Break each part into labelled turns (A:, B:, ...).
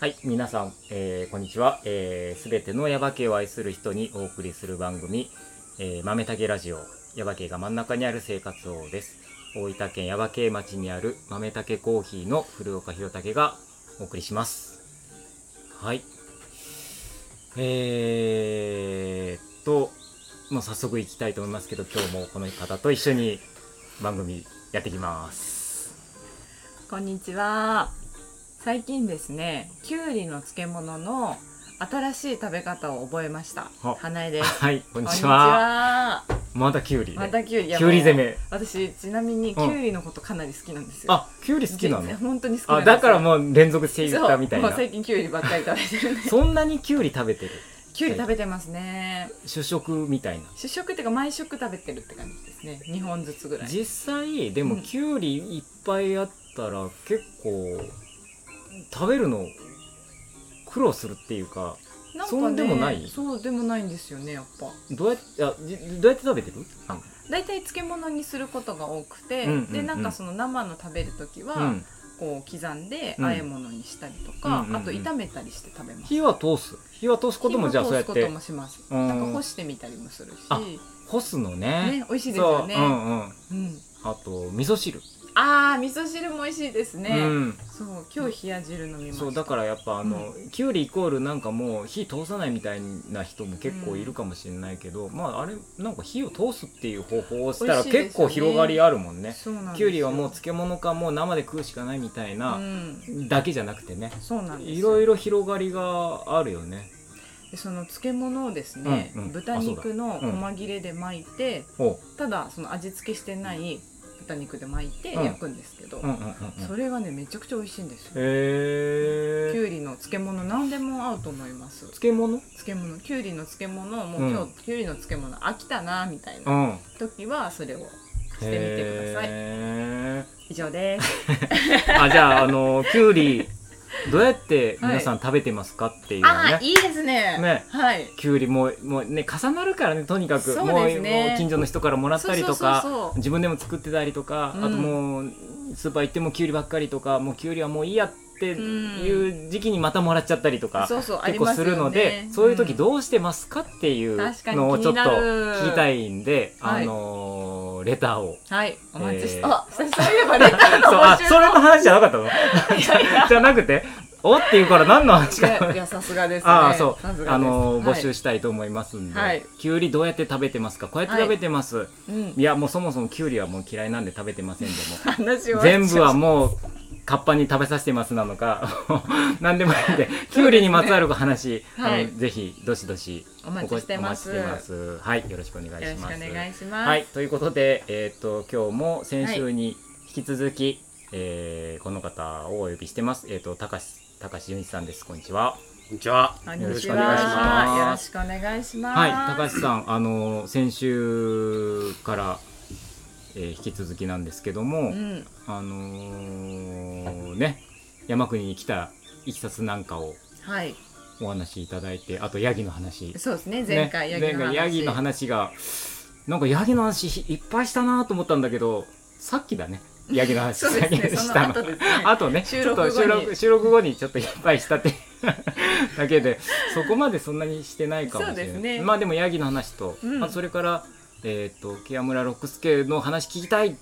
A: はい、皆さん、えーこんにちは。す、えー、べ、てのヤバ系を愛する人にお送りする番組、えー、豆たけラジオ、ヤバ系が真ん中にある生活王です。大分県ヤバ系町にある豆たけコーヒーの古岡弘武がお送りします。はい。えーっと、もう早速行きたいと思いますけど、今日もこの方と一緒に番組やっていきます。
B: こんにちは。最近ですね、きゅうりの漬物の新しい食べ方を覚えました
A: あ。
B: 花江です。
A: はい、こ
B: こ
A: んにちは。
B: は。
A: まだキュウリね。
B: またきゅうり。いや
A: キュウリ攻。
B: もう
A: め。
B: 私ちなみにきゅうりのことかなり好きなんですよ。
A: あ、キュウリ好きなの
B: 全然本当に好きなん
A: あ、
B: ですよ。
A: だからもう連続していったみたい
B: そう
A: な
B: もう。最近きゅうりばっかり食べてるんで。
A: そんなにキュウリ食べてる
B: きゅうり食べてますね。
A: 主食みたいな。
B: 主食っていうか毎食食べてるって感じですね。二本ずつぐらい。
A: 実際、でも
B: うん
A: キュウリいっぱいあったら結構、食べるの苦労するっていうか、
B: なん
A: そんでもない
B: そうでもないんですよねやっぱ。
A: どうやって、あ、じどうやって食べてるあ
B: 大体漬物にすることが多くて、
A: うんうんうん
B: でなんかその生の食べる時は、
A: うん。
B: こう刻んで
A: うん
B: 和え物にしたりとか、
A: うんうんうん
B: あと炒めたりして食べます。
A: 火は通す。火は通すこともじゃあそうやっ
B: 火を通すこと
A: て
B: もします。
A: うん
B: なんか干してみたりもするし、
A: あ干すのね。
B: ね美味しいですよね。
A: そう、うんうん。
B: うん
A: あと、味噌汁。
B: ああ味噌汁も美味しいですね。
A: うん。
B: そう今日冷や汁飲みました。
A: そうだからやっぱあの、キュウリイコールなんかもう火通さないみたいな人も結構いるかもしれないけど、まああれなんか火を通すっていう方法をしたら
B: 美味しいですよね
A: 結構広がりあるもんね
B: そうなんです
A: キ
B: よ、
A: ュウリはもう漬物かもう生で食うしかないみたいうなんだけじゃなくてね、
B: そうなんです
A: い
B: よ。
A: ろいろ広がりがあるよね
B: でその漬物をですね、
A: うんうん
B: 豚肉
A: あ
B: の
A: そうだうん
B: 細切れで巻いて、
A: おう
B: ただその味付けしてない豚肉で巻いて
A: うん
B: 焼くんですけど、
A: うんうんうんうん
B: それがねめちゃくちゃ美味しいんですよ、
A: へ
B: きゅ
A: え
B: うりの漬物何でも合うと思います
A: 漬物
B: 漬物きゅうりの漬物も
A: う
B: うん今日きゅうりの漬物飽きたなみたいな
A: うんし
B: 時はそれをしてみてください
A: い
B: 以上です
A: あじゃああのキュウリどうやって皆さん食べてますかっていうのね、
B: あーいいですね
A: ね
B: はい
A: きゅうりもうもうね重なるからねとにかく
B: そう
A: もう
B: ですね
A: もう近所の人からもらったりとか
B: そうそうそうそう
A: 自分でも作ってたりとか、
B: うん
A: あともうスーパー行ってもきゅうりばっかりとかもうきゅうりはもういいやっていう時期にまたもらっちゃったりとか、
B: そうそうあ
A: 結
B: り
A: 構
B: ます
A: す
B: よね
A: るので、そういう時
B: う
A: どうしてますかっていう
B: 確かに
A: のをちょっと
B: 気になる
A: 聞きたいんで、
B: はい
A: あのーレターを。
B: んはいお待ちして、
A: えー
B: あそうそういえばレターの
A: そうあ
B: 募集
A: それの話じゃなかったのじゃ じゃなくておっていうから何の話 か
B: いやいやさすがですね
A: ああそ
B: さすがで
A: う
B: す
A: あの
B: は
A: 募
B: い
A: 集したいと思いますんで、
B: はい
A: きゅうりどうやって食べてますかこうやって食べてます、
B: うん
A: い、やもうそもそもきゅうりはもう嫌いなんで食べてませんで
B: 話
A: も
B: を
A: 全部はもうカッパに食べさせてますなのか 何でもい いんできゅうりにまつわる話、
B: は
A: あ
B: い
A: のぜひどしどし
B: お待ちしてます
A: お待ちしてますはいよろしくお願いします
B: よろしくお願いします。
A: はい、ということで、えっと今日も先週に引き続き、えーこの方をお呼びしてます。えっ、と高橋高橋純一さんです。こんにちは。
C: こんにちは。
B: こん
A: よろ
B: に
A: し
B: ち
A: くお
B: は
A: 願いします
B: よろしくお願いします。
A: はい、高橋さん、あの先週から、えー引き続きなんですけども、
B: うん、
A: あのーね山国に来たいきさつなんかを
B: はい、
A: お話しいただいて、あとヤギの話、ね
B: そうですね。前回ヤギの話。
A: 前回ヤギの話がなんかヤギの話ひいっぱいしたなと思ったんだけど、さっきだね。ヤギの話
B: そうですね
A: 先にし
B: そ
A: たの
B: の後ですね
A: あとね、ち
B: 収
A: ょっ
B: 録
A: と
B: 後に
A: 収録収録後にちょっといっぱいしたって だけで、そこまでそんなにしてないかもしれない。
B: そうですね
A: まあでもヤギの話と、
B: うん
A: まあそれからえっ、とケア村六助の話聞きたいっ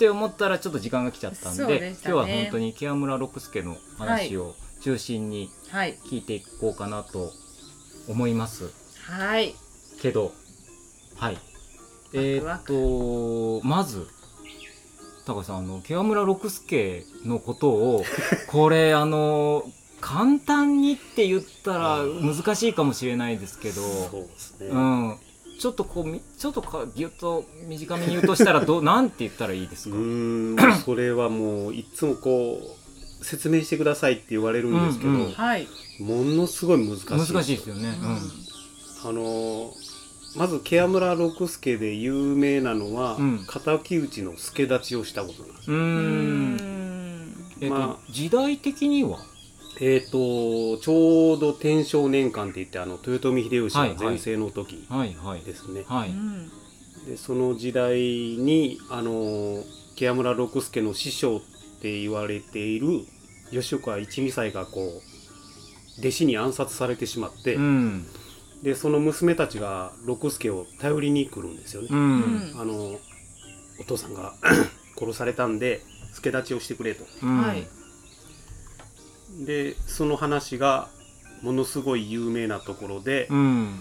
A: て思ったらちょっと時間が来ちゃったんで、
B: そうでし
A: 今日
B: たね
A: は本当にケア村六助の話を中心に
B: はい、
A: 聞いていこうかなと思います。
B: はい、
A: けどはいえーっ
B: ワク
A: とまず高橋さんあのケア村六助のことをこれあの簡単にって言ったら難しいかもしれないですけど
C: そうですね。
A: うんちょっとこうみちょっとかぎゅっと短めに言うとしたらどうなんて言ったらいいです
C: う
A: か、
C: ーん、それはもういつもこう説明してくださいって言われるんですけど、
A: うんうん
B: はい、
C: ものすごい難しい。
A: 難しいですよ。ね
C: あのーまずケア村六助で有名なのは、
A: うん
C: 敵討ちの助立ちをしたことなんです。
A: うんう
B: う
A: ーんえーっと、
C: ま
A: 時代的には
C: えっ、とちょうど天正年間って言ってあの豊臣秀吉
A: はい
C: が
A: はい
C: 全盛の時
A: はいはい
C: ですね。
A: はい、
B: うん
C: でその時代にあのケア村六助の師匠って言われている吉岡一味斎がこう弟子に暗殺されてしまって、
A: うん
C: でその娘たちが六助を頼りに来るんですよね
A: う、
B: うんん
C: あのお父さんが 殺されたんで助太刀をしてくれと
A: うん
B: はい
C: でその話がものすごい有名なところで、
A: うん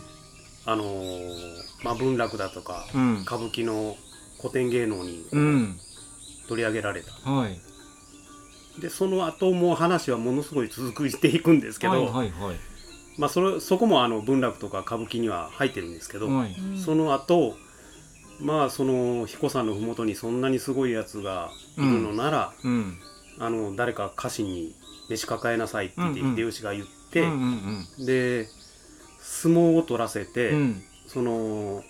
C: あのーまあ、文楽だとか、
A: うん
C: 歌舞伎の古典芸能に
A: うん
C: 取り上げられた、
A: はい
C: でその後も話はものすごい続くしていくんですけど、
A: はいはいはい
C: まあ、それそこもあの文楽とか歌舞伎には入ってるんですけど、
A: はい
B: うん
C: その後まあその彦さんの麓にそんなにすごいやつがいるのなら、
A: うん
C: あの誰か家臣に飯抱えなさいって言って
A: うんうん
C: 秀吉が言って、
A: うんうん
C: で相撲を取らせて、
A: うんうん
C: その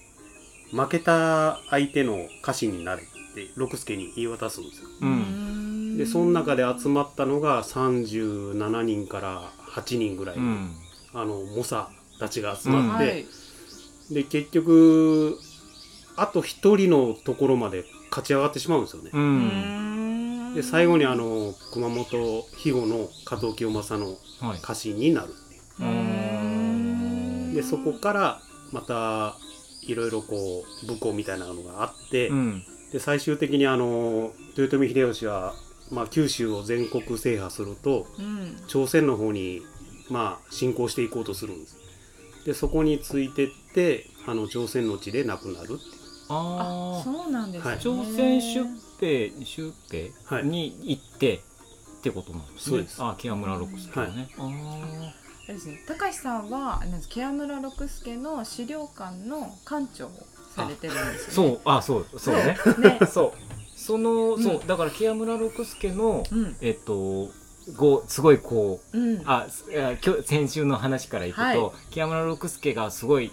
C: 負けた相手の家臣になれって六助に言い渡すんですよ。
A: うん
B: ん
C: でその中で集まったのが37人から8人ぐらい、
A: うん
C: あの猛者たちが集まっ
B: は
C: て、
B: い
C: で結局あと1人のところまで勝ち上がってしまうんですよね。
A: う
B: うんん
C: で最後にあの熊本肥後の加藤清正の
A: はい
C: 家臣になるっていう
A: うん
B: ん
C: でそこからまたいろいろこう武功みたいなのがあって、
A: うん
C: で最終的にあの豊臣秀吉は、まあ、九州を全国制覇すると
B: うん
C: 朝鮮の方に、まあ、侵攻していこうとするんですでそこについてってあの朝鮮の地で亡くなるっていう
B: あ
A: ああ
B: そうなんですね、
C: はい
A: 朝鮮出兵出兵
C: はい
A: に行ってってことなんです
C: そう
A: ね
C: です
A: ああ木村六輔はねあ
B: あれですね高橋さんはあれなんですケア村六助の資料館の館長をされてるんで
A: あ
B: すよ
A: そ
B: ね
A: うあそうそう ね
B: そうね
A: そうそのそうだから木村六輔の
B: うん
A: えっとごすごいこう
B: うん
A: あすあ今日先週の話からいくと、
B: はい
A: 木山六助がすごい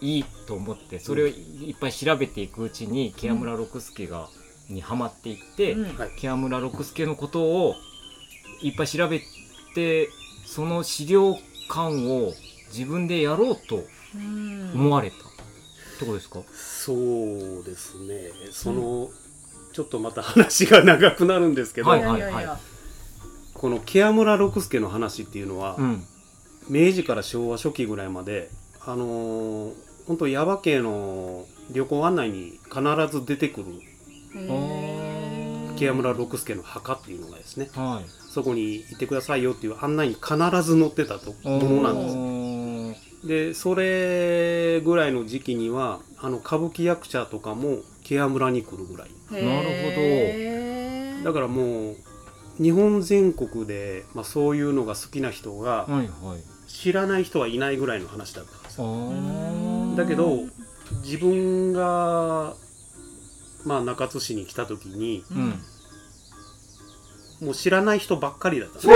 A: いいと思ってそれをいっぱい調べていくうちに木山六助が、にはまっていって、
B: うん
C: はい
A: 木山六助のことをいっぱい調べてその資料館を自分でやろうと
B: うん
A: 思われた、ってことですか
C: そうですねその、ちょっとまた話が長くなるんですけど、
A: はい
B: いやいやいや
A: はいは
C: このケア村六助の話っていうのは、
A: うん
C: 明治から昭和初期ぐらいまであのー、本当耶馬渓の旅行案内に必ず出てくる
B: へ
A: あー
B: ー
C: ケア村六助の墓っていうのがですね
A: はい
C: そこに行ってくださいよっていう案内に必ず載ってたとものなんです
A: んです
C: でそれぐらいの時期にはあの歌舞伎役者とかもケア村に来るぐらい
B: へー
C: だからもう日本全国で、まあ、そういうのが好きな人が
A: はいはい
C: 知らない人はいないぐらいの話だったんです
A: あー
C: だけ
B: う
C: ど
B: ん
C: 自分が、まあ、中津市に来た時に
A: うん、
C: もう知らない人ばっかりだったの、
A: そ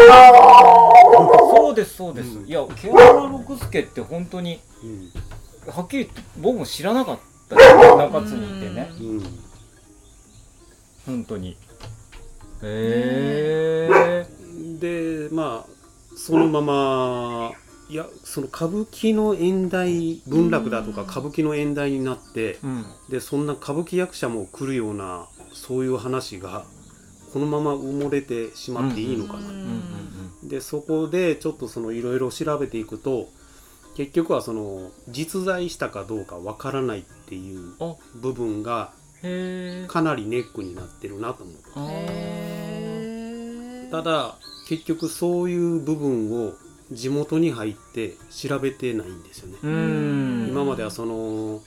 A: うですそうです、
C: うん
A: いや木村六助って本当に
C: うん
A: はっきり言って僕も知らなかったです中津にいてね
C: うん
A: 本当にへえ
C: でまあそのままいやその歌舞伎の演題文楽だとか
B: うん
C: 歌舞伎の演題になって
A: うん
C: でそんな歌舞伎役者も来るようなそういう話がこのまま埋もれてしまっていいのかな、
B: う
A: うんうん
B: ん
C: でそこでちょっとそのいろいろ調べていくと結局はその実在したかどうかわからないっていう
A: あ
C: 部分が
A: うんへえ
C: かなりネックになってるなと思う
A: あー
B: へー
C: ただ結局そういう部分を地元に入って調べてないんですよね、
A: う
B: うん
A: ん
C: 今まではその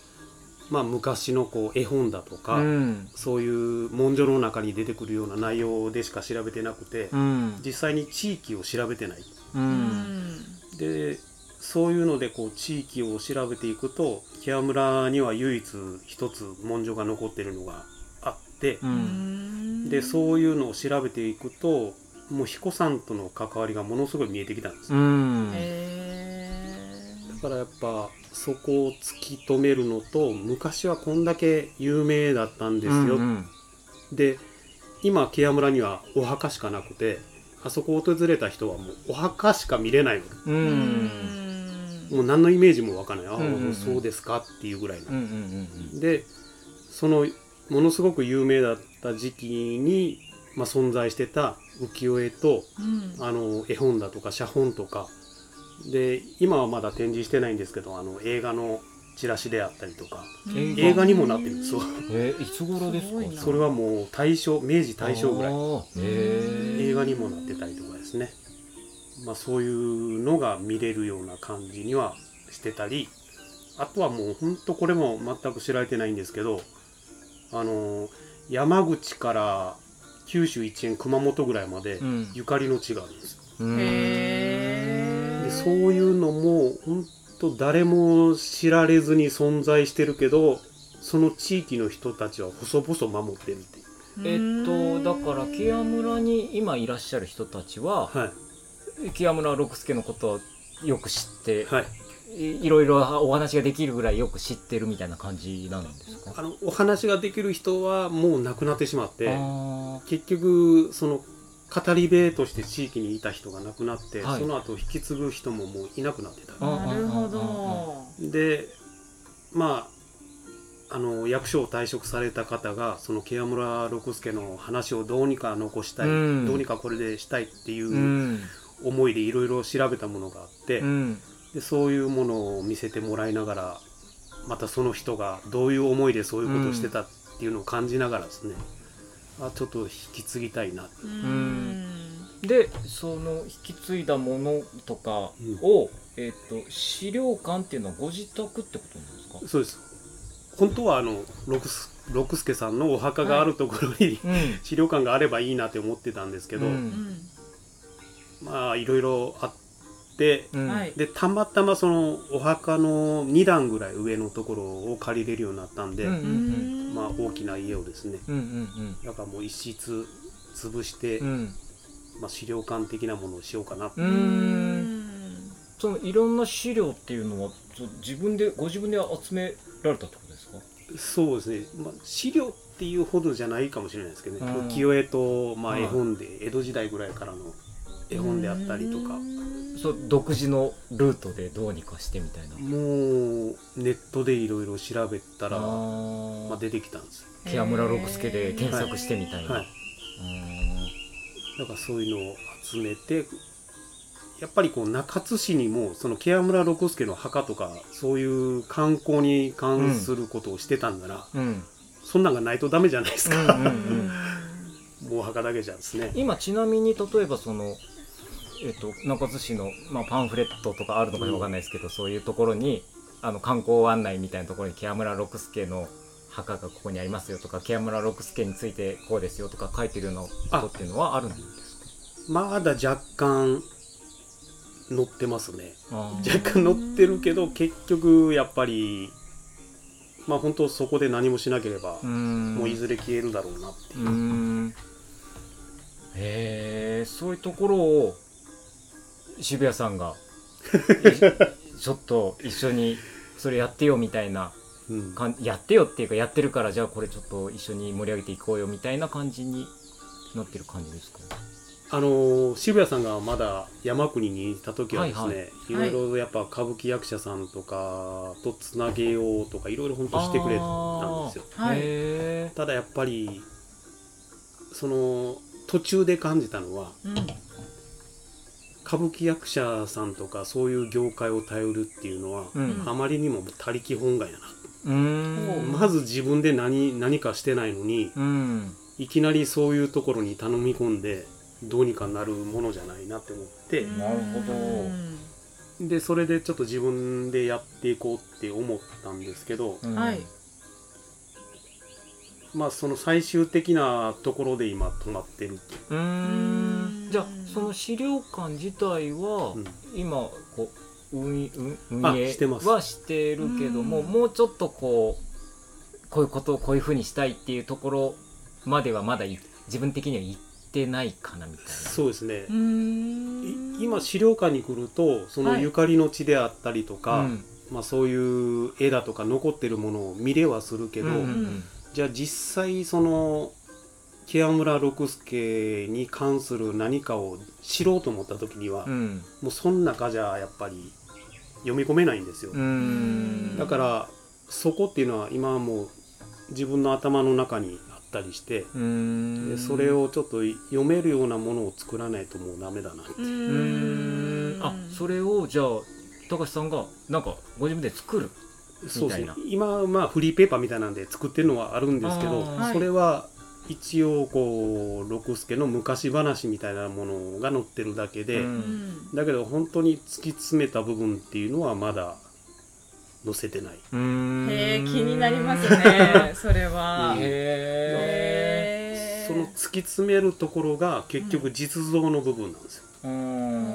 C: まあ昔のこう絵本だとか、
A: うん
C: そういう文書の中に出てくるような内容でしか調べてなくて、
A: うん
C: 実際に地域を調べてない
A: うん
C: でそういうのでこう地域を調べていくと木屋村には唯一一つ文書が残ってるのがあって
A: う
B: うんん
C: でそういうのを調べていくともう彦さんとの関わりがものすごい見えてきたんです
A: う
C: よ
A: ん
B: へー
C: だからやっぱそこを突き止めるのと昔はこんだけ有名だったんですよ、
A: うん
C: で今木屋村にはお墓しかなくてあそこを訪れた人はもうお墓しか見れないの
A: う
B: うんん
C: もう何のイメージもわからないあ、
A: うんうんうん
C: そうですかっていうぐらいの
A: うんうんうん
C: でそのものすごく有名だった時期に、まあ、存在してた浮世絵と
B: うん
C: あの絵本だとか写本とかで今はまだ展示してないんですけどあの映画のチラシであったりとか
A: うん
C: 映画にもなってるんですよ
A: えーいつ頃です
B: すごい
A: か
B: な
C: それはもう大正明治大正ぐら
A: あ
C: い
A: ーへ
C: 映画にもなってたりとかですね、まあ、そういうのが見れるような感じにはしてたりあとはもうほんとこれも全く知られてないんですけどあの山口から九州一円熊本ぐらいまで
A: ーうん
C: ゆかりの地があるんですよ
A: うん
B: へー
C: でそういうのも本当誰も知られずに存在してるけどその地域の人たちは細々守ってるってい
A: え
C: う
A: っとだからケア村に今いらっしゃる人たちは
C: はい
A: ケア村六助のことをよく知って、
C: はい
A: い、いろいろお話ができるぐらいよく知ってるみたいな感じなんですか
C: あのお話ができる人はもう亡くなってしまって
A: あ
C: 結局その語り部として地域にいた人が亡くなって、
A: はい
C: その後引き継ぐ人ももういなくなってた
A: あ
B: なるほ
A: うんうん
B: ど
C: でまああの役所を退職された方がそのケア村六助の話をどうにか残したい、
A: うん
C: どうにかこれでしたいってい
A: ーう
C: うん思いでいろいろ調べたものがあって、
A: うん
C: でそういうものを見せてもらいながらまたその人がどういう思いでそういうことをしてたっていうのを感じながらですね、あちょっと引き継ぎたいな、
B: うん
A: でその引き継いだものとかを、えっと資料館っていうのはご自宅ってことなんですか
C: そうです本当はあの六す六助さんのお墓があるところに、
A: うん
C: 資料館があればいいなって思ってたんですけど、
A: うん
B: うん
C: まあいろいろあって
A: うん
B: はい
C: でたまたまそのお墓の2段ぐらい上のところを借りれるようになったんで、
A: うん
B: うん
C: まあ大きな家をですね
A: うんうん
C: だからもう一室潰して、
A: うん
C: まあ、資料館的なものをしようかな、
A: うんうんそのいろんな資料っていうのはそう自分でご自分で集められたってことですか
C: そうですね、まあ、資料っていうほどじゃないかもしれないですけどね、
A: うん
C: 浮世絵と、まあ、
A: はい
C: 絵本で、江戸時代ぐらいからの絵本であったりとか、
A: そう独自のルートでどうにかしてみたいな
C: もうネットでいろいろ調べたら、まあ、
A: あ
C: 出てきたんですよ
A: あケア村六助で検索してみたいな、
C: はい、だからそういうのを集めてやっぱりこう中津市にもそのケア村六助の墓とかそういう観光に関することをしてたんなら、
A: うーんうん
C: そんなんがないとダメじゃないですか、
A: うんうんうん
C: もう墓だけじゃですね
A: 今ちなみに例えばそのえっと中津市の、まあ、パンフレットとかあるのかわかんないですけど、そういうところにあの観光案内みたいなところにケア村六助の墓がここにありますよとかケア村六助についてこうですよとか書いてるようなことっていうのはあるんです
C: まだ若干乗ってますね
A: か
B: じゃ
C: 若干乗ってるけど結局やっぱりまあ本当そこで何もしなければ、も
A: も
C: ういずれ消えるだろうなって
A: うーんへえそういうところを渋谷さんがいちょっと一緒にそれやってよみたいな
C: うん
A: かんやってよっていうかやってるからじゃあこれちょっと一緒に盛り上げていこうよみたいな感じになってる感じですか
C: あのー渋谷さんがまだ山国にいた時はですね、
A: はい
C: い
B: はい
C: ろいろやっぱ歌舞伎役者さんとかとつなげようとかいろいろ本当してくれたんですよ
A: あー
B: はい
A: へえ
C: ただやっぱりその途中で感じたのは歌舞伎役者さんとかそういう業界を頼るっていうのは、
A: うん
C: あまりにも他力本願やな、
A: うーん
C: まず自分で何何かしてないのに
A: うん
C: いきなりそういうところに頼み込んでどうにかなるものじゃないなって思って、
A: なるほど
C: でそれでちょっと自分でやっていこうって思ったんですけど、
A: うん
B: はい
C: まあその最終的なところで今止まってるっていう
A: うーん
B: うん
A: じゃあその資料館自体は、
C: うん
A: 今こう運営運
C: あ
A: 運営
C: してます
A: はしてるけども
B: うん
A: もうちょっとこうこういうことをこういうふうにしたいっていうところまではまだい自分的には行ってないかなみたい
C: そうですね、い今
B: 今
C: 資料館に来るとその
B: はい
C: ゆかりの地であったりと
A: な。
C: か、
A: うん
C: まあ、そういう絵だとか残ってるものを見れはするけど、
A: うんうん
C: じゃあ実際そのケア村六助に関する何かを知ろうと思った時には、
A: うんうん
C: もうそん中じゃやっぱり読み込めないんですよ、
A: うん
C: だからそこっていうのは今はもう自分の頭の中にあっったりして、
A: うー
C: で
A: ん
C: それをちょっと読めるようなものを作らないともうダメだなって、
B: う
A: うーんあそれをじゃあ高橋さんがなんかご自分で作る
C: そうです
A: み
C: ね
A: たいな
C: 今まあフリーペーパーみたいなんで作ってるのはあるんですけど、
A: あ
B: ー
C: それは一応こう六助の昔話みたいなものが載ってるだけで、
A: うん
B: うん
C: だけど本当に突き詰めた部分っていうのはまだ載せてない、
A: うーん
B: へえ気になりますねそれは
C: うん
A: へえ
B: へえ
C: その突き詰めるところが結局実像の部分なんですよ、
A: うん
B: ん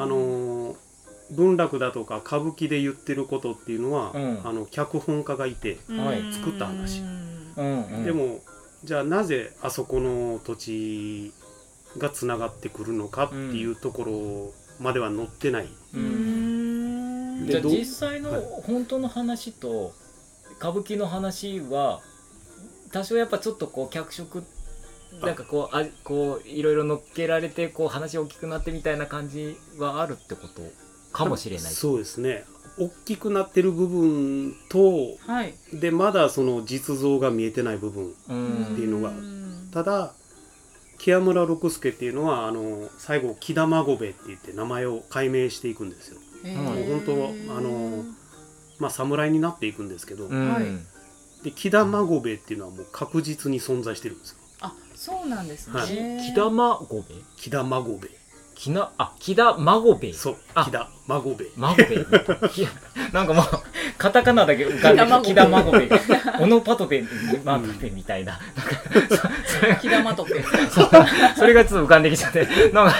C: あのー文楽だとか歌舞伎で言ってることっていうのは、
A: うん
C: あの脚本家がいて、
A: はい
B: うん
C: 作った話
B: うん
A: うん
C: でもじゃあなぜあそこの土地がつながってくるのかっていうところまでは載ってない、
A: う
B: うんん
A: じゃあ
C: ど
A: 実際の
C: はい
A: 本当の話と歌舞伎の話は多少やっぱちょっとこう脚色なんかこうあこういろいろ乗っけられてこう話大きくなってみたいな感じはあるってことかもしれない。
C: そうですね大きくなってる部分と
B: はい
C: でまだその実像が見えてない部分
A: う
C: ってい
A: ん
C: うのが
B: ん
C: ただ木屋村六助っていうのはあの最後木田孫兵衛って言って名前を改名していくんですよ
B: へえ
A: も
C: う本当あのまあ侍になっていくんですけど、
A: うん
B: はい
C: で木田孫兵衛っていうのはもう確実に存在してるんですよ
B: あそうなんです
C: はい
B: ね
A: き木 田まごべ
C: 木田孫兵衛
A: きなあ木田まごべ
C: そう
A: あ
C: 木田孫兵衛
A: マゴベなんかまあカタカナだけ浮かんでる
B: キ
A: キ
B: ダ
A: ダ
B: マ
A: マ
B: ゴ
A: ゴベ オノパトペマトペみたいななんかそそれ
B: 木玉とペ
A: そう それがちょっと浮かんできちゃってなんか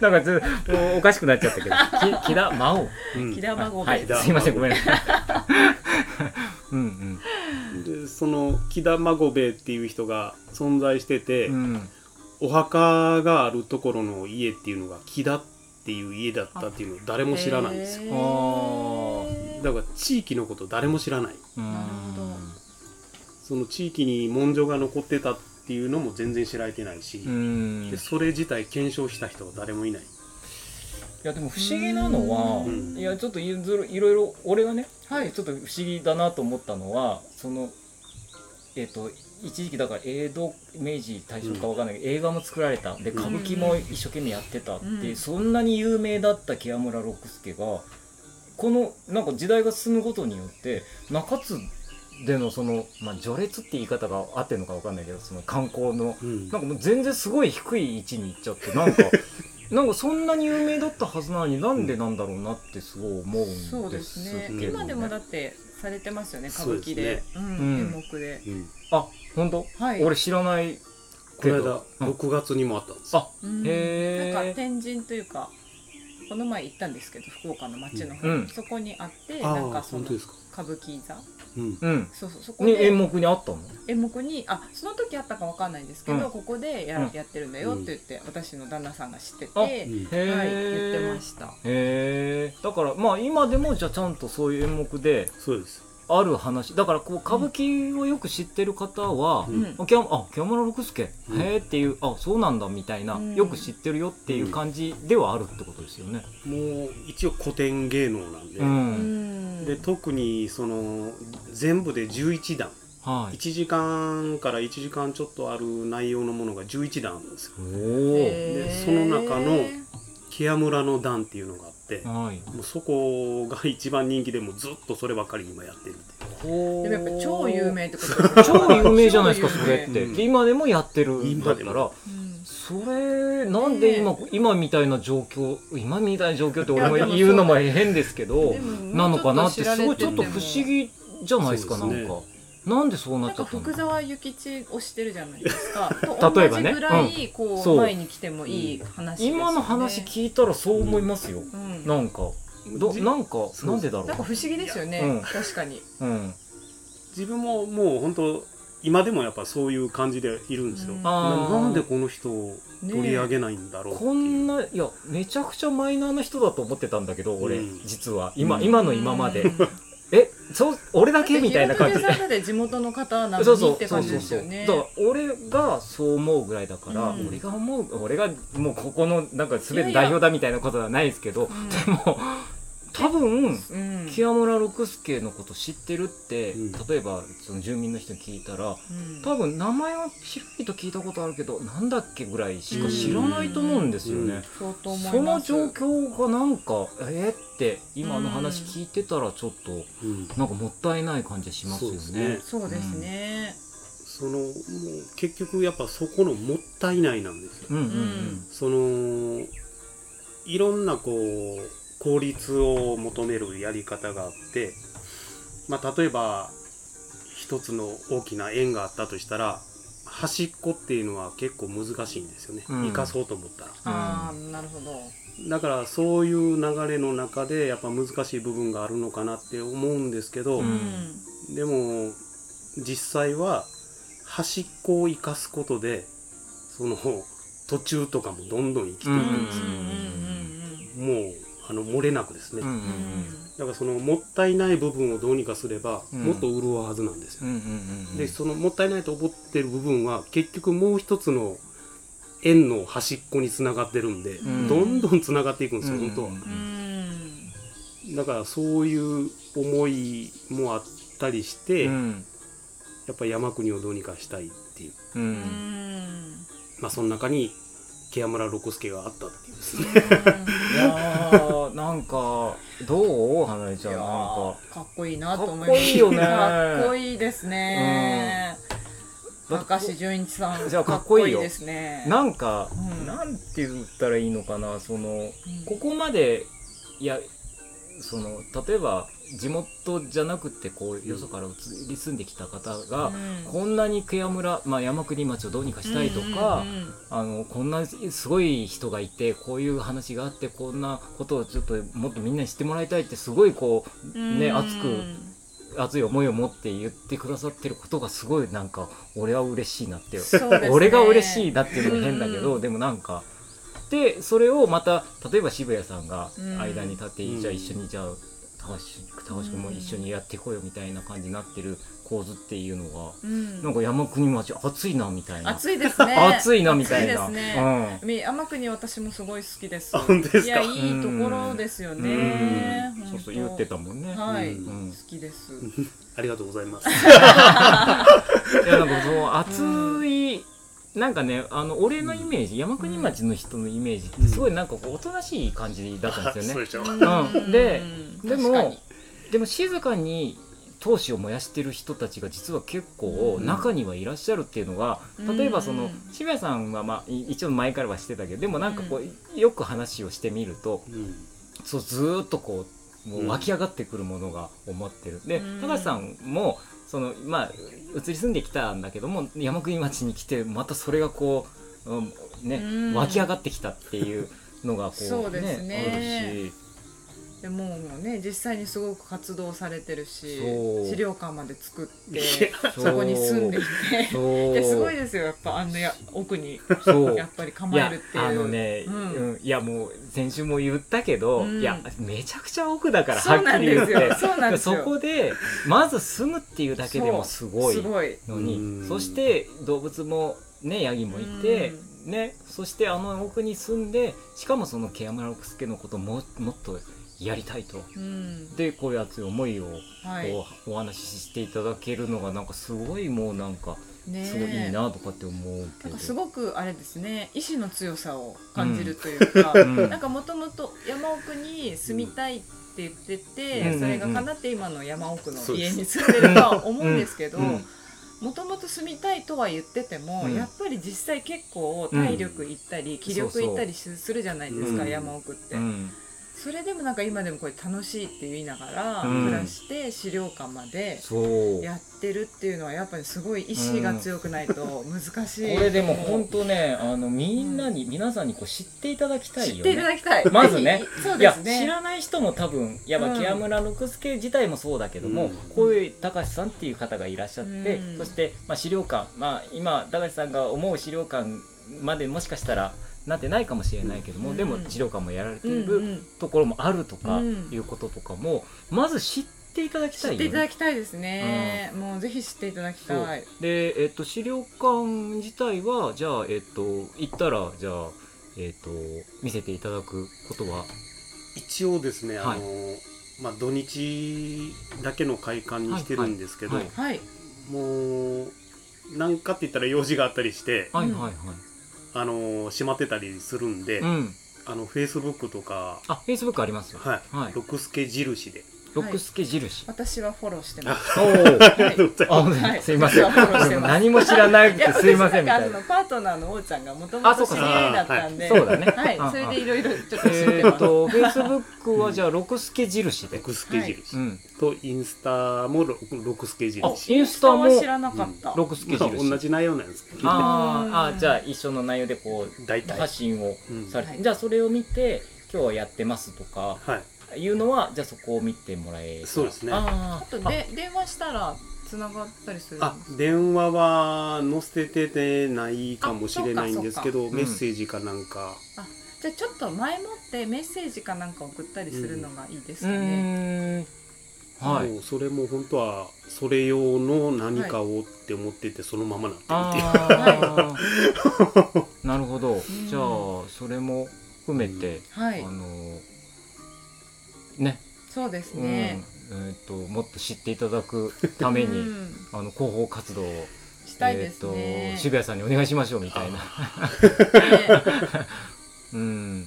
A: なんかちょっともうおかしくなっちゃったけどきキダマオ
C: うん
B: 木玉ご
A: は
B: べ
A: いすいませんごめんなさい うん
C: でその木田孫兵衛っていう人が存在してて、
A: うんうん
C: お墓があるところの家っていうのが木田っていう家だったっていうのを誰も知らないんですよ
B: へえ
C: だから地域のこと誰も知らない
A: うん
B: なるほど
C: その地域に文書が残ってたっていうのも全然知られてないし、
A: うん
C: でそれ自体検証した人は誰もいない、
A: いやでも不思議なのは、
C: うん
A: いやちょっといろいろいろ俺がね、
B: はい
A: ちょっと不思議だなと思ったのはそのえっ、と一時期だから江戸明治大正かわかんないけど、映画も作られたで
C: うん
A: 歌舞伎も一生懸命やってたって、
B: うん
A: そんなに有名だった木屋村六助がこのなんか時代が進むことによって中津でのその、まあ、序列って言い方が合ってるのかわかんないけどその観光の
C: うん
A: なんかもう全然すごい低い位置に行っちゃって なんかなんかそんなに有名だったはずなのになんでなんだろうなってすごい思うんですけど、
B: そうですね
C: うん
B: 今でもだってされてますよね歌
C: そう
B: 舞
C: です
B: 伎で
C: ね
B: うん
A: うん
B: 演目で
C: うん
A: あ本当、
B: はい
A: 俺知らない
C: こ
A: け
C: の
A: ど
C: 間6月にもあったんです
A: あ
C: よ、
B: うん
A: へー
B: なんか天神というかこの前行ったんですけど福岡の町の方、
A: うん
B: そこにあって
C: あ
B: なん
C: あ
B: かそ
C: 本
B: の
C: 当ですか、
B: 歌舞伎座
C: うん
A: うん
B: そうそうそこ
A: に
B: で
A: 演目にあったの
B: 演目にあその時あったかわかんないんですけど、
A: うん
B: ここでや,、
A: うん
B: やってるんだよって言って私の旦那さんが知ってて、
A: あ
B: はい、
C: う
B: 言
C: ん
A: へえ、
B: ってました
A: へえだからまあ今でもじゃあちゃんとそういう演目で
C: そうです、
A: ある話だからこう歌舞伎をよく知ってる方は、
C: う
B: うんん、
A: あキャあキャマラ六助、
C: うん
A: へえっていうあそうなんだみたいな、
B: うん
A: よく知ってるよっていう感じではあるってことですよね。
C: もう一応古典芸能なんで、
A: うん
B: うん
C: で特にその全部で11段
A: はい。
C: 1時間から1時間ちょっとある内容のものが11段あるんですよ
A: お
B: へー
C: でその中の木屋村の段っていうのがあって、
A: お。はい。
C: もうそこが一番人気でもうずっとそればっかり今やってるっていう
B: でもやっぱ超有。名ってこ と
A: 超有名じゃないですかそれっ
B: 超有名
A: て。
C: うん
A: で今でもやってるんだった
C: 今で
A: ら
C: も。
B: うん
A: それなんで今、今みたいな状況今みたいな状況って俺
B: いや
A: も
B: でも
A: 言うのも変ですけど
B: でももう
A: なのかなって
B: ちょっ
A: すごいち
B: と知ら
A: ょっと
B: れてても
A: 不思議じゃないですか
C: そうです
A: なん
C: ね
A: かなんでそうな
B: な
A: っ
B: ん
A: ちゃ
B: か
A: ったの
B: 福沢諭吉をしてるじゃないですか。と 同
A: 例え
B: じ
A: ばね
B: ぐらいこう、
A: そう
B: 前に来てもいい話ですよね。
A: 今の話聞いたらそう思いますよ、
B: うん、
A: なんかど
C: じ
A: なんか
C: そう
A: なんでだろう
B: なんか不思議ですよね。
A: うん
B: 確かに。
A: うん
C: 自分ももう本当今でもやっぱそういう感じでいるんですよ、
B: うん
A: あ
C: な
A: ー
C: なんでこの人を取り上げないんだろうって
A: こ
C: いうん
A: ないやめちゃくちゃマイナーな人だと思ってたんだけど俺、
C: うん
A: 実は今、
C: うん
A: 今の今まで、
B: うん
A: えそう俺だけみたいな感じ
B: だって平手さんだって地元の方なの
A: そうそ
B: にっ
A: う
B: て
A: そう
B: 感じ
A: そう
B: です
A: そう
B: よ
A: だ
B: ね。
A: から俺がそう思うぐらいだから、
B: うん
A: 俺が思う俺がもうここのなんか全て代表だみたいなことはないですけど
B: うん
A: でも多分
B: うん
A: 清村六輔のこと知ってるって、
C: うん
A: 例えばその住民の人に聞いたら
B: うん
A: 多分名前は知らないと聞いたことあるけどなんだっけぐらいしか知らないと思うんですよね。
B: そうと思
A: そ
B: いま
A: の
B: す
A: 状況がなんかえーって今の話聞いてたらちょっと
C: うん
A: なんかもったいない感じがしますよ
C: そう
A: ね
C: で。
B: そうですね、
C: そのもう結局やっぱそこのもったいないなんですよ。
A: うんうん
C: そのいろんなこう効率を求めるやり方があって、まあ、例えば一つの大きな円があったとしたら端っこっていうのは結構難しいんですよね、
A: うん
C: 生かそうと思ったら
B: ああなるほど
C: だからそういう流れの中でやっぱ難しい部分があるのかなって思うんですけど、
A: う
B: うんん
C: でも実際は端っこを生かすことでその途中とかもどんどん生きていく
B: うんうんうん
C: んですよ、もうあの漏れなくですね、
A: うんうんうん
B: うんうん
C: だからそのもったいない部分をどうにかすれば、
A: うん
C: もっと潤うはずなんです
A: う
C: よ、
A: んうんうんうん
C: でそのもったいないと思ってる部分は結局もう一つの円の端っこにつながってるんで、
A: うん
C: どんどんつながっていくんですよ、本当は
A: うん
B: うんうん
C: だからそういう思いもあったりして、
A: うん
C: やっぱり山国をどうにかしたいっていう
A: う
B: うんん
C: まあその中にケ村六助があったっていうですね
A: いやーなんかどう花江ちゃんなんか
B: かっこいいなと思います
A: かっこいいよね
B: かっこいいですね、
A: うん
B: 高橋純一さん
A: じゃあかっこいいよ
B: かですね
A: なんか、
B: うん
A: なんて言ったらいいのかなその
B: うん
A: ここまでいやその例えば地元じゃなくてこうよそから移り住んできた方が、
B: うん
A: こんなに悔や村、まあ、山国町をどうにかしたいとか、
B: うんうんうん
A: あのこんなすごい人がいてこういう話があってこんなことをちょっともっとみんなに知ってもらいたいってすごいこう、ね
B: うん
A: 熱く熱い思いを持って言ってくださってることがすごいなんか俺は嬉しいなって
B: そうですね
A: 俺が嬉しいなっていうのも変だけど、
B: うん
A: でもなんかでそれをまた例えば渋谷さんが
B: うん
A: 間に立って、
C: うん
A: じゃあ一緒にじゃあ高橋高橋君も一緒にやってこいよみたいな感じになってる構図っていうのが、
B: うん
A: なんか山国町熱いなみたいな
B: 暑 いですね
A: 熱いなみたいな
B: 暑ですねみ天国私もすごい好きです
C: あ本当ですか
B: いやいいところですよ
A: うん、
B: ね
A: うん
B: 本
A: そ
B: 当
A: うそう言ってたもんね、
B: はい、
A: うん
B: 好きです
C: ありがとうございます
A: いやなんかその熱い、なんかねあの俺のイメージ、山国町の人のイメージってすごいなんかこうおとなしい感じだったんですよ
C: そう
A: ね、
C: でしょ
A: うんで
B: うん
A: でも
B: 確かに
A: でも静かに闘志を燃やしてる人たちが実は結構
B: うん
A: 中にはいらっしゃるっていうのが、
B: うん
A: 例えばそうの
B: ん
A: 渋谷さんはまあい一応前からはしてたけどでもなんかこうよく話をしてみると
C: うん
A: そうずーっとこうもう湧き上がってくるものが思ってる、で
B: うん
A: 高橋さんもそのまあ移り住んできたんだけども山国町に来てまたそれがこう、うんね
B: うん
A: 湧き上がってきたっていうのがこう
B: そうですね
A: あるし
B: でもうね実際にすごく活動されてるし
A: そう
B: 資料館まで作って
A: そう
B: そこに住んできて
A: そう
B: ですごいですよやっぱあのや奥に
A: そう
B: やっぱり構
A: い
B: え
A: や
B: るっていう
A: あのね、う
B: うんん
A: いやもう先週も言ったけど、
B: うん
A: いやめちゃくちゃ奥だから
B: そ
A: は
B: うな
A: っ
B: ん
A: きり言
B: で
A: っ
B: す
A: て
B: よそうなんです
A: そ
B: よ
A: こでまず住むっていうだけでもすごい
B: すごい
A: のに、
C: うん
A: そして動物もねヤギもいて、ね、そしてあの奥に住んでしかもそのケアマラオクスケのことももっとやりたいと。
B: うん
A: でこういう熱い思いを
B: はい
A: こうお話ししていただけるのがなんかすごいもうなんか
B: ねえ
A: すごいいいなとかって思うけ
B: なん
A: ど
B: かすごくあれですね意志の強さを感じるというか、
A: うん
B: なんかもともと山奥に住みたいって言ってて、
A: うん
B: それがかなって今の山奥の家に住んでるとは思うんですけど
A: うん
B: もともと住みたいとは言ってても、
A: うん
B: やっぱり実際結構体力いったり、気力いったりすするじゃないですか、
C: うん
B: 山奥って、
A: うん
B: それでもなんか今でもこれ楽しいって言いながら
A: うん
B: 暮らして資料館まで
A: そう
B: やってるっていうのはやっぱりすごい意志が強くないと難しい、
A: これでも本当ねあのみんなに、皆さんにこう知っていただきたい
B: 知っ
A: よ
B: ていた
A: ね。
B: だきたい
A: まずね
B: そう
A: い
B: で
A: や
B: すね
A: 知らない人も多分やば
B: うん
A: 木屋村六助自体もそうだけども、
C: うん
A: こういう高橋さんっていう方がいらっしゃって、
B: うん
A: そして、まあ、資料館、まあ、今高橋さんが思う資料館までもしかしたらなってないかもしれないけども、
B: うん
A: でも資料館もやられてい
B: うんう
A: る
B: ん
A: ところもあるとか
B: うん
A: いうこととかも、まず知っていただき
B: 知
A: た
B: っ
A: い
B: てい
A: よ
B: ただ
A: ね。
B: きたいですね、もうぜひ知っていただきたい
A: で、えっと、資料館自体はじゃあ、えっと、行ったらじゃあ、えっと、見せていただくことは
C: 一応ですね、
A: はい
C: あのまあ、土日だけの開館にしてるんですけど、
A: はいはい
B: はい。
C: もうなんかって言ったら用事があったりして、
A: はいはいはい。
C: あの閉まってたりするんで、
A: うん。
C: あのフェイスブックとか、
A: あ、Facebook ありますよ。
C: はい
A: はい
C: ロ。クスケ印で、
A: ロックスケ印。
B: 私はフォローし てます。
A: おー
B: はい
C: あ りがとう
A: あ、ご
C: ございます
A: めん
B: はい
A: すいませ
B: 私はフォローして
A: ん。
B: ます
A: 何も知らなく
B: い
A: て
B: や
A: すいませんみ
B: 私
A: た
B: なん
A: い
B: か
A: な
B: あの。パートナーのおうちゃんがもとも
A: あ
B: と
A: そう
B: 知
A: か
B: り合いだったんで、
A: そうだね。
B: はい、
A: うん
B: それでいろいろちょっと知って
A: え
B: ま
A: ーっ
B: す。
A: と、Facebook はじゃあ、ロクスケ印
C: ロ
A: で。
C: クスケ印、
A: うん。
C: とインスタもロロクスケ印、
A: あ
C: ま、
A: インスタも
B: 下は知らなかった。
A: ロクスケ
C: あ、
A: 印。
C: 同じ内容なんですけど、ね、
A: あー
B: う
A: あ
B: ん
A: じゃあ一緒の内容でこう
C: 大体、はい
A: 発信をされて、
B: うん
A: じゃあそれを見て今日はやってますとかいうのはじゃあそこを見てもらえたら
C: そうですね
A: あ
B: あとで電話したら繋がったりする。
C: あ電話は載せててないかもしれないんですけど
A: か
C: メッセージかなんか、
B: じゃあちょっと前もってメッセージかなんか送ったりするのがいいです
A: ーう
B: かね。
A: ーんはい
C: もうそれも本当はそれ用の何かをって思っててそのままなってるっていう、
A: あ ーなるほど
B: ん
A: じゃあそれも含めて、
B: はい
A: あ、のーね
B: そうです
A: う
B: ね。
A: んえーっともっと知っていただくために、
B: うん
A: あの広報活動を
B: したいです
A: えーっ
B: ね
A: と。渋谷さんにお願いしましょうみたいなうん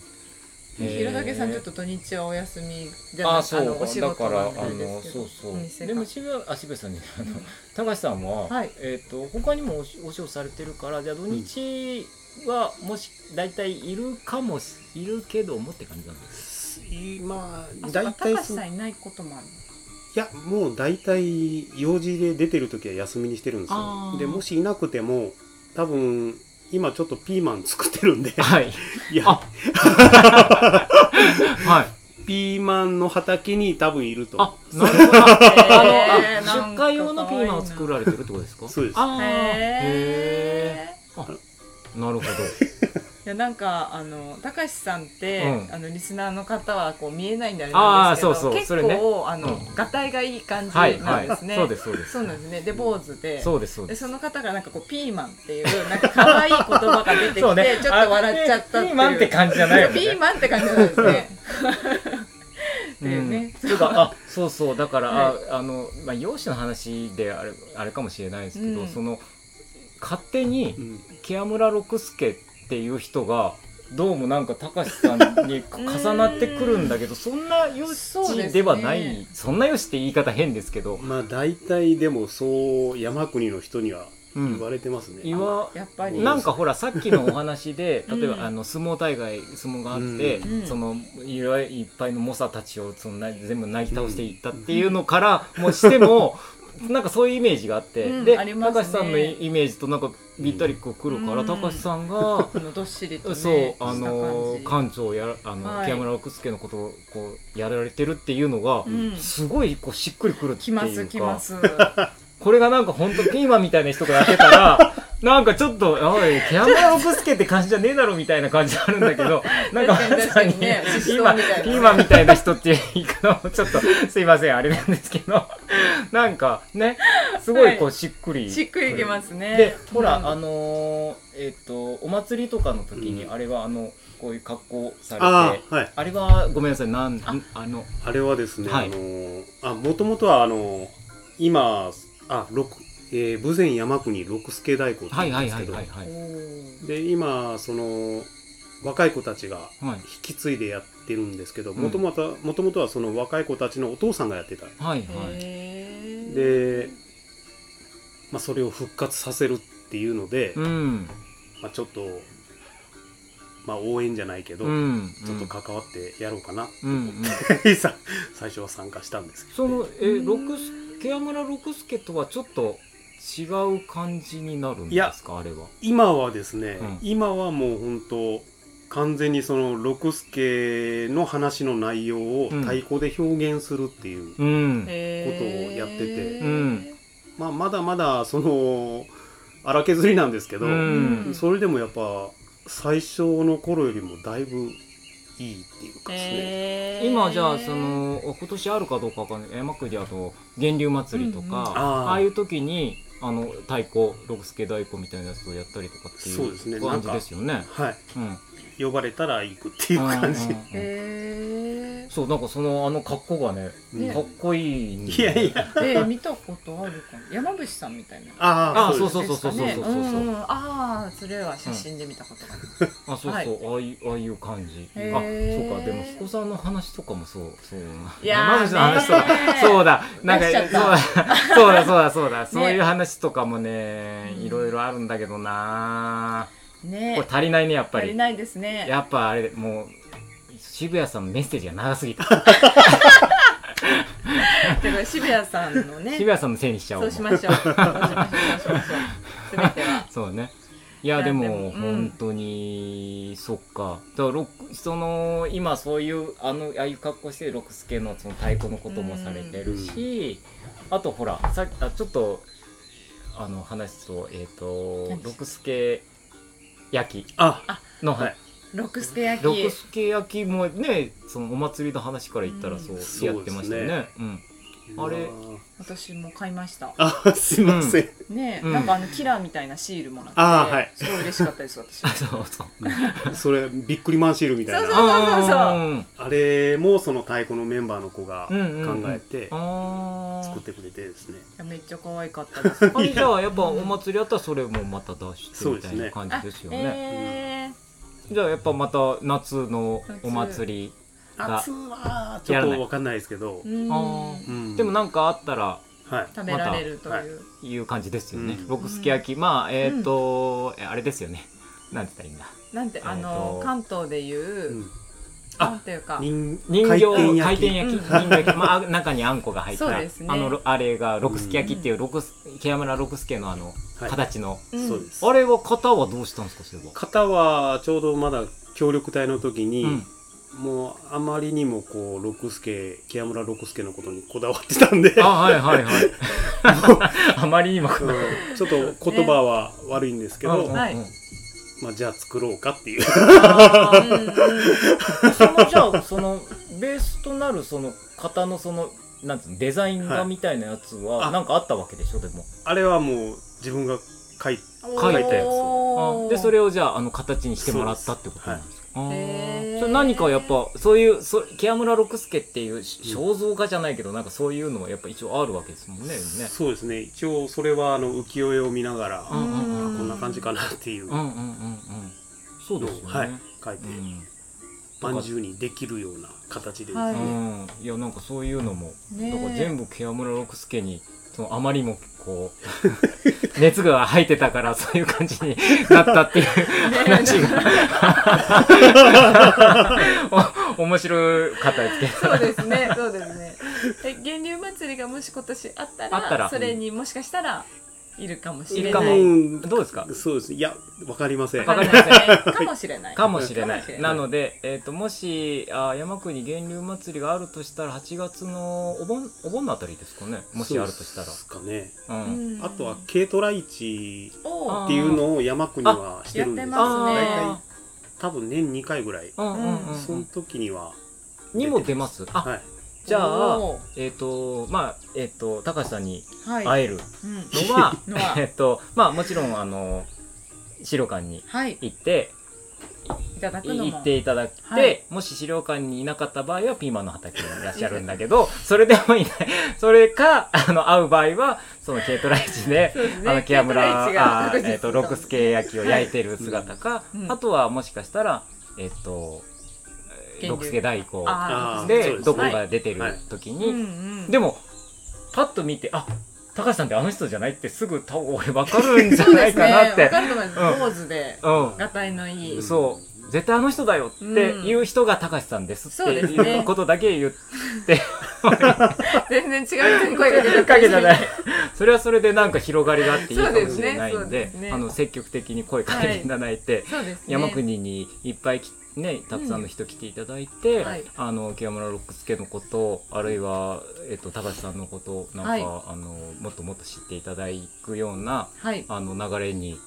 B: ひろたけさんちょっ
A: と
B: と土日はお休みじゃな
A: あ
B: い
A: あそう
B: のお仕
A: だ
B: 事
A: からあ
B: な
A: の
B: んですけ
A: そ
B: ど
A: うそ
B: お店
A: う
B: が
A: でも渋谷あ渋谷さんにあの高橋さんは、
B: はい
A: えっ、と他にもお仕お仕事されてるからじゃあ土日はもし大体いるかもしいるけどもって感じなんです
C: ま
B: あそ
C: あ
B: うか
C: 大体
B: 高
C: そ
B: 橋
C: の
B: さ
C: い
B: んいないこともある
C: やもう大体用事で出てる時は休みにしてるんです
A: あー
C: よでもしいなくても多分今ちょっとピーマン作ってるんで
A: はい
C: いや
A: あはい
C: ピーマンの畑に多分いると
A: あなるほどあ
B: へー
A: のあ
B: なん
A: 出
B: か
A: 荷用のピーマンを作られてるってことですか
C: そうです
A: あーへ
B: へ
A: ーなるほ
B: ーいやなんかあの高橋さんって、
A: うん
B: あのリスナーの方はこう見えないんであれ
A: あ
B: なん
A: ー
B: ですけど
A: そうそう
B: 結
A: そ
B: 構
A: れね
B: あの、
A: うん
B: がたいがいい感じ
A: どはい
B: な
A: は
B: ん
A: い
B: ですね、
A: そうですそうです
B: そうなんですねで坊主で
A: そうですそう
B: で
A: です
B: その方がなんかこうピーマンっていうなんか可愛い言葉 が出てきて、ちょっと笑っちゃった
A: あ
B: ってい
A: ピー
B: う
A: マンって感じじゃないよね
B: ピーマンって感じなんですね。
A: う
B: だよ
A: ん
B: ね
A: ていうかあそうそうだから、
B: は
A: ああの、まあ、容姿の話であれあれかもしれないですけど、
B: うん
A: その勝手に
C: うん
A: 木屋村六助っていう人がどうもなんか高橋さんに重なってくるんだけどそんな容
B: そう
A: 姿
B: ですね
A: ではないそ,、んな容姿って言い方変ですけど、
C: まあ大体でもそう山国の人には
A: う
C: 言わ
A: ん、
C: れてますね、
A: 言わ
B: やっぱり。
A: なんかほらさっきのお話で
B: うん
A: 例えば、あの相撲大会相撲があって、
B: うん
A: そのいろいろいっぱいの猛者たちをそのな全部なぎ倒していったっていうのから、もうしても なんかそういうイメージがあって、
B: うん
A: で、
B: あります
A: 高
B: ね
A: 橋さんのイイメージとなんかぴったりこう来るから、
B: うん
A: 高橋さんが。
B: あのどっし りとね。
A: そうあ
B: した
A: の
B: 感
A: 館長をやらあの、
B: はい
A: 木山六助のことをこうやられてるっていうのが、
B: じ。うん。
A: すごいこうしっくりくるって
B: き
A: いう
B: ま
A: か
B: すきます。
A: これがなんかほんとピーマンみたいな人がやってた ら、なんかちょっと、おい、ケアマラオクスケって感じじゃねえだろみたいな感じあるんだけ ど、なんか
B: 確かに
A: まさに、
B: 確かにね
A: 今、ピ
B: シシドみたいな
A: ーマンみたいな人っていう言い方もちょっと、すいません、あれなんですけ ど、なんかね、すごいこうしっくり。
B: しっくりきますね。
A: で、ほら、
B: うん
A: あのー、えっと、お祭りとかの時に、
C: うん
A: あれはあの、こういう格好されて、
C: あ
A: あ
C: あはい
A: れは、ごめんなさい、なん、あの、
C: あれはですね、
A: はい
C: あのあもともとはあの今あ六えー、武前山国六助太鼓って
A: はい
C: 言うん
A: はい
C: です
A: は
C: け
A: い
C: ど、
A: はいはい。
C: で今その若い子たちが
A: はい
C: 引き継いでやってるんですけど
A: うん
C: もともとはその若い子たちのお父さんがやってた
A: はい
B: お
A: はい。
B: ー。
C: で、まあ、それを復活させるっていうので、
A: うん。
C: まあ、ちょっと、まあ、応援じゃないけど、
A: うん。
C: ちょっと関わってやろうかな、
A: うんうん、
C: さ最初は参加したんですけ
A: そ
C: どね、
A: のえ六助ケア村六助とはちょっと違う感じになるんですかあれは
C: 今はですね、
A: うん
C: 今はもう本当完全にその六助の話の内容を
A: うん
C: 太鼓で表現するっていう、
A: うん
B: へー
C: ことをやってて
A: うん。
C: まあ、まだまだその荒削りなんですけど、
A: うん
C: それでもやっぱ最初の頃よりもだいぶいいっていうかですね、
B: へー
A: 今じゃあそ。の今年あるかどうかわかんない山国であと源流祭りとか、
B: うんうん
A: ああいう時にあの太鼓六助太鼓みたいなやつをやったりとかってい
C: そうですね
A: う感じですよね。
C: はい
A: うん
C: 呼ばれたら行くっていう感じ、
A: うんうんうん
B: へ
A: そうなんかそのあの格好がね
B: ね
A: かっこいいんで
C: いやいや
B: え。で見たことあるかな。山口さんみたいな。
C: あ
A: あ
C: あ
A: そう
C: です
A: そうそうそうそうそうそう
B: ですかねんんああそれは写真で見たことがある。
A: あそうそう、
B: はい
A: ああいうああいう感じあそう
B: へ
A: か
B: ー
A: でも彦さんの話とかもそうそう
B: いやー
A: 山口の話とか
B: ねー
A: そうだなんか
B: 出しちゃった
A: そうだそうだそうだそうだ、そういう話とかもねいろいろあるんだけどな
B: ね
A: これ足りないねやっぱ
B: 足
A: り
B: りないですね。
A: やっぱあれもう渋谷さんのメッセージが長すぎた
B: だから渋谷さんのね
A: 渋。谷さんのせいにしちゃおう
B: そうしましょう。そうしましょう。そうしましょう。すべては。
A: そうね。いや
B: いや
A: で
B: で
A: も
B: もうん
A: 本当に、そっかだからロックその今そういうあのああいう格好してロクスケのその太鼓のこともされてるし、あとほらさっきあちょっとあの話すとえっ、
B: 何
A: とロクスケ焼き
C: あ
A: の、
C: はい
B: ロクスケ焼
A: ロク
B: き。
A: スケ焼きもねそのお祭りの話から言ったらそう
B: うん
A: やってましたよね。うんあれ
B: 私も買いました。
C: あすいません、
B: ねえ、
A: うん
B: なんかあのキラーみたいなシールもらって。
C: あーはい
B: すごい嬉しかったです私。
A: あ そうそう。
C: それびっくりマンシールみたい
B: そ
C: な
B: うそう
A: うん
C: あれもその太鼓のメンバーの子が考
A: うんうんうん
C: えて
A: あー
C: 作ってくれてですね、
B: めっちゃ可愛かったです。
A: あれじゃあやっぱお祭りあったらそれもまた出してみたいな感じ ですよね
B: え
A: じゃあやっぱまた夏のお祭りが
C: 夏はちょっとわかんないですけど
B: え、ー。
A: あ
B: うん
A: ー
C: うん
A: でもなんかあったら
C: はい
B: 食べられると
C: また
B: いう。
A: いう感じですよね、
C: うん
A: 僕すき焼きまあえっ、と、えあれですよねなんて言ったらいいんだ
B: なんてあ
A: えー
B: の
A: と
B: 関東でいう、
C: うんあ
B: なんていうか。
C: 人
A: 人
C: 回
A: 形
C: 転
A: 回
C: 焼き
A: 転焼き
B: うん
A: 人形焼き、まああ、中にあんこが入った、
B: そうですね
A: あのあれが六すき焼きっていう六すケアムラ六助のあの
C: はい
A: 形の、
B: うん
C: そうです
A: あれは型はどうしたんですかそれは、
C: 型はちょうどまだ協力隊の時に、
A: うん
C: もうあまりにもこう六助木屋村六助のことにこだわってたんで
A: あはいはいはい あまりにも
C: うんちょっと言葉は悪いんですけど、
A: うんうんうん
B: はい
C: まあ、じゃあ作ろうかっていう
A: あ
B: うんうん
A: ーそのじゃあそのベースとなるその型のそのなんつうのデザイン画みたいなやつは、
C: はいあ
A: なんかあったわけでしょでも
C: あれはもう自分が書いて
A: 書いたやつ
B: おー
A: でそれをじゃああの形にしてもらったってことなんですかあ
B: うですはいへ
A: ー
B: ー
A: それ何かやっぱそういうそ木屋村六助っていう肖像画じゃないけど、なんかそういうのはやっぱ一応あるわけですもんねでもね
C: そうですね一応それはあの浮世絵を見ながら、
A: うんうんうん
C: こんな感じかなっていう
A: う
C: のを、
A: んうんうんうんそうですよね、
C: はい書いて、
A: うん
C: 万十にできるような形でですね、
B: は
A: う
B: い
A: ん、うん、いやなんかそういうのも
B: ね
A: だか
B: え
A: ら全部ケアムラ六助にそのあまりもこう 熱が入ってたからそういう感じに なったっていう話がお面白かったですけど
B: そうですね、そうですね。え、源流祭りがもし今年あったら、
A: あったら
B: それにもしかしたらいるかもし
A: い
B: れ
A: る
B: な
A: か
B: い。
A: も
C: うん
A: どうですか
C: そうですねいやわかりません
A: わかりません
B: せん。かもしれない。
A: かもしれない
B: かもし
A: なので、えー、ともしあー山国源流祭りがあるとしたら8月のお盆お盆のあたりですかねもしあるとした
C: そうですかね
A: ら、うん
B: うん
C: あとは軽トラ市
B: お
A: あ
C: っていうのを山国はしてるんですけど
B: あやってますね
A: あ
C: 多分年2回ぐらい、
A: ーうんうんうん
C: その時には
A: にも出ますあ、
C: はい
A: じゃあ
B: お
A: えっ、とまあえっ、と高橋さんに
B: ーはい。
A: 会える
B: うん
A: のは、
B: のは
A: えっとまあもちろんあの資料館に
B: はい。い
A: 行って
B: ただくの
A: 行
B: も。
A: っていただいて、
B: はい
A: もし資料館にいなかった場合はピーマンの畑にいらっしゃるんだけどそれでもいない それかあの会う場合はその軽トラ市で。
B: そうですね。
A: あの木屋村
B: ケープライチが
A: あ
B: 確実
A: ー、えっと六助焼きを焼いてる姿か、
B: うん
A: あとはもしかしたら、えっと
B: 源流
A: 六助大工
B: あ
C: ーそう
A: で
C: です
A: どこが出てる時に、
B: うんうん。
A: でもパッと見てあ高橋さんってあの人じゃないってすぐ多分俺分かるんじゃないかなっ
B: そうですねわ
A: て
B: かると思います。坊主で、
A: う
B: がたいのいい
A: ん。そう絶対あの人だよっていう人が高橋さんですって
B: そうですね
A: いうことだけ言って
B: 全然違う人に声かけてる
A: かけじゃないそれはそれでなんか広がりがあっていいかもしれない
B: そ
A: ん
B: うで
A: です
B: ねそうですね
A: あの積極的に声かけていただいて
B: そうですね。
A: 山国にいっぱいきね、たくさんの人来ていただいて、
B: はい
A: あの清村六助のことあるいは、えっと、高橋さんのことなんか、
B: はい
A: あのもっともっと知っていただくような
B: はい。
A: あの流れに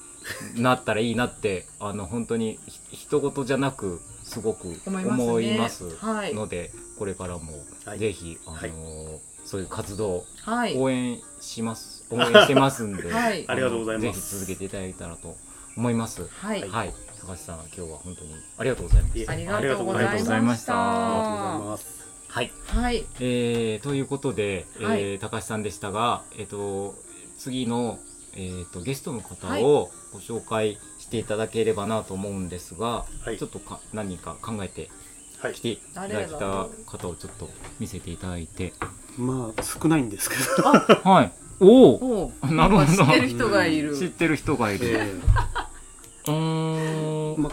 A: なったらいいなってあの本当にひ一言じゃなくすごく
B: 思いますね
A: 思います
B: はい
A: ので、これからも
C: はい
A: ぜひ、
C: はい
A: あのそういう活動
B: はい。
A: 応援します、応援してますんで、
B: はい
A: の
C: ありがとうございます
A: ぜひ続けていただいたらと思います。
B: はい。
A: はい、高橋さん今日は本当にありがとうございます
C: いえ
B: ありがとうござ
A: あり
B: い
A: がとうござい
B: ま
A: ま
B: し。
A: したた
C: ありがとうございます。
A: はい
B: はい、
A: えーということで、えー
B: はい
A: 高橋さんでしたが、えっと次の、えー、とゲストの方をご紹介していただければなと思うんですが、
C: はい
A: ちょっとか何人か考えて
C: はい
A: 来。ていただいた方をちょっと見せていただい て
C: まあ少ないんですけど。
A: はいおお
B: おう
A: なるほど
B: んか知ってる人がいる。
A: 知ってる人がいる、
C: え
A: うー
C: ー
A: ん
C: まあ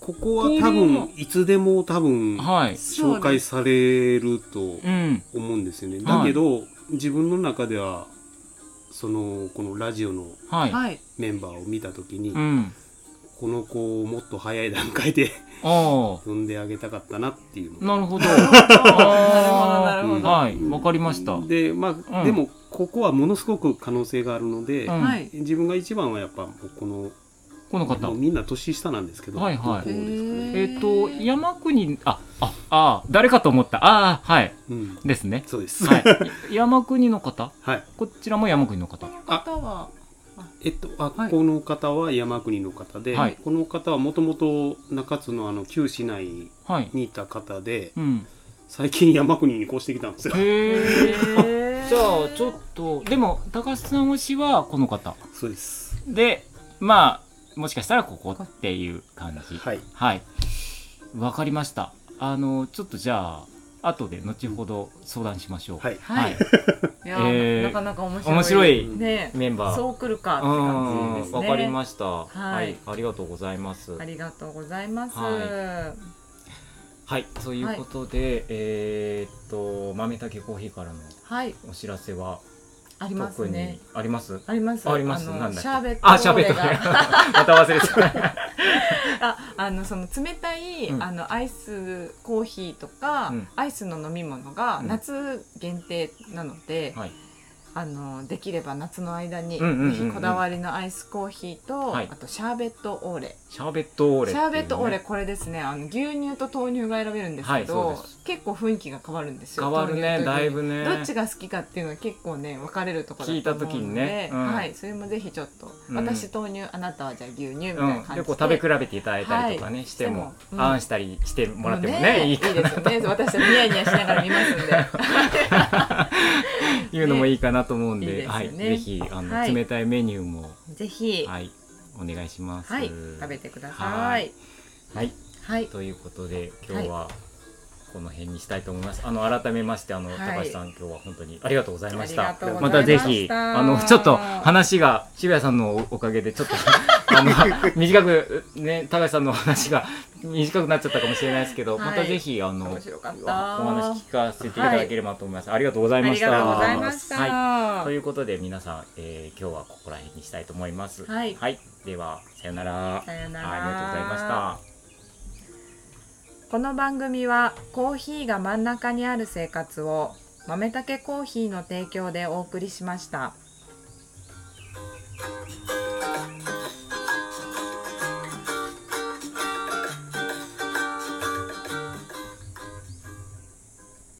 C: ここは多分いつでも多分
A: はい
C: 紹介されると
A: うん
C: 思うんですよね。
A: はい
C: だけど自分の中ではそのこのラジオの
A: はい、
B: はい、
C: メンバーを見た時に、
A: うん
C: この子をもっと早い段階で
A: あ
C: 呼んであげたかったなっていう
A: あ
C: の。
A: なる ほど
B: なるほどなるほど
A: はいわかりました、
C: でまあ、
A: うん
C: でもここはものすごく可能性があるので、
A: うん
B: はい。
C: 自分が一番はやっぱもうこの
A: この方
C: もうみんな年下なんですけど、
A: はいはい
C: どこですかね、
A: えっ、と山国あああ誰かと思ったああはい
C: うん、
A: ですね
C: そうです。
A: はい 山国の方
C: はい。
A: こちらも山国の方
B: この方は、
C: えっと、あ、
B: はい
C: この方は山国の方で、
A: はい
C: この方はもともと中津のあの旧市内
A: はい
C: にいた方で、
A: うん
C: 最近山国に越してきたんですよ。
A: へえ
B: へー
A: じゃあちょっとでも高橋さん推しはこの方
C: そうです。
A: でまあもしかしたらここっていう感じ
C: はい。
A: はいわかりましたあのちょっとじゃあ後で後ほど相談しましょう
C: はい。
B: はい。いやー
A: えー
B: なかなか面白い。
A: 面白い
B: ね
A: メンバー
B: そうくるかって感じです
A: うん
B: ね。
A: わかりました、はいい、ありがとうございます
B: ありがとうございます。
A: ははい、ということで、えーっと豆竹コーヒーからの
B: はい、
A: お知らせは
B: あります
A: 特
B: ね
A: に。あります。
B: あります。
A: あります。
B: の
A: なんだっけ
B: シャーベット
A: あ、シャーベット。
B: オレが
A: また忘れてた。
B: あ、あのその冷たい、
A: うん
B: あのアイスコーヒーとか、
A: うん
B: アイスの飲み物が
A: うん
B: 夏限定なので、
A: はい。
B: あのできれば夏の間に、
A: うんうんうんうん
B: ぜひこだわりのアイスコーヒーと、
A: はい
B: あとシャーベットオーレ。
A: シャーベットオーレ、
B: シャーベットオーレ。これですねあの牛乳と豆乳が選べるんですけど、
A: はいそうで
B: 結構雰囲気が変わるんですよ
A: 変わるね、だ
B: 豆乳と牛
A: い
B: 乳
A: ぶね。
B: どっちが好きかっていうのは結構ね分かれるところだと思うので
A: 聞いた時にねうん
B: はい、それもぜひちょっと、
A: うん
B: 私豆乳あなたはじゃあ牛乳みたいな感じ
A: うん。
B: で、
A: で、こう食べ比べていただいたりとかね、
B: はい
A: しても、
B: してもうん
A: あんしたりしてもらってもね、いいか
B: で
A: な
B: すよね私はニヤニヤしながら見ますんで
A: というのもいいかなと思うんで、
B: ねいいですよ
A: はい、
B: ね
A: ぜひあの、
B: はい
A: 冷たいメニューも
B: ぜひは
A: はいお願いします。
B: い、食べてください
A: はい。
B: はい
A: ということで今日はこの辺にしたいと思います。あの改めましてあの、
B: はい
A: 高橋さん今日は本当にありがとうございまし
B: あ
A: た
B: りが。とうござい
A: ま
B: ました
A: たぜひあのちょっと話が渋谷さんのおかげでちょっとあの 短くね高橋さんのお話が短くなっちゃったかもしれないですけど、
B: はい
A: またぜひあの
B: 面白かっ
A: お
B: た
A: 話聞かせていただければと思います。ありがとうござい
B: あ
A: ま
B: り
A: した。
B: がとうございました、
A: はいと
B: は
A: いううことで皆さん、えー今日はここら辺にしたいと思います。
B: はい
A: ではさよなら。
B: さよなら
A: ありがとうございました。
B: この番組はコーヒーが真ん中にある生活を豆たけコーヒーの提供でお送りしました。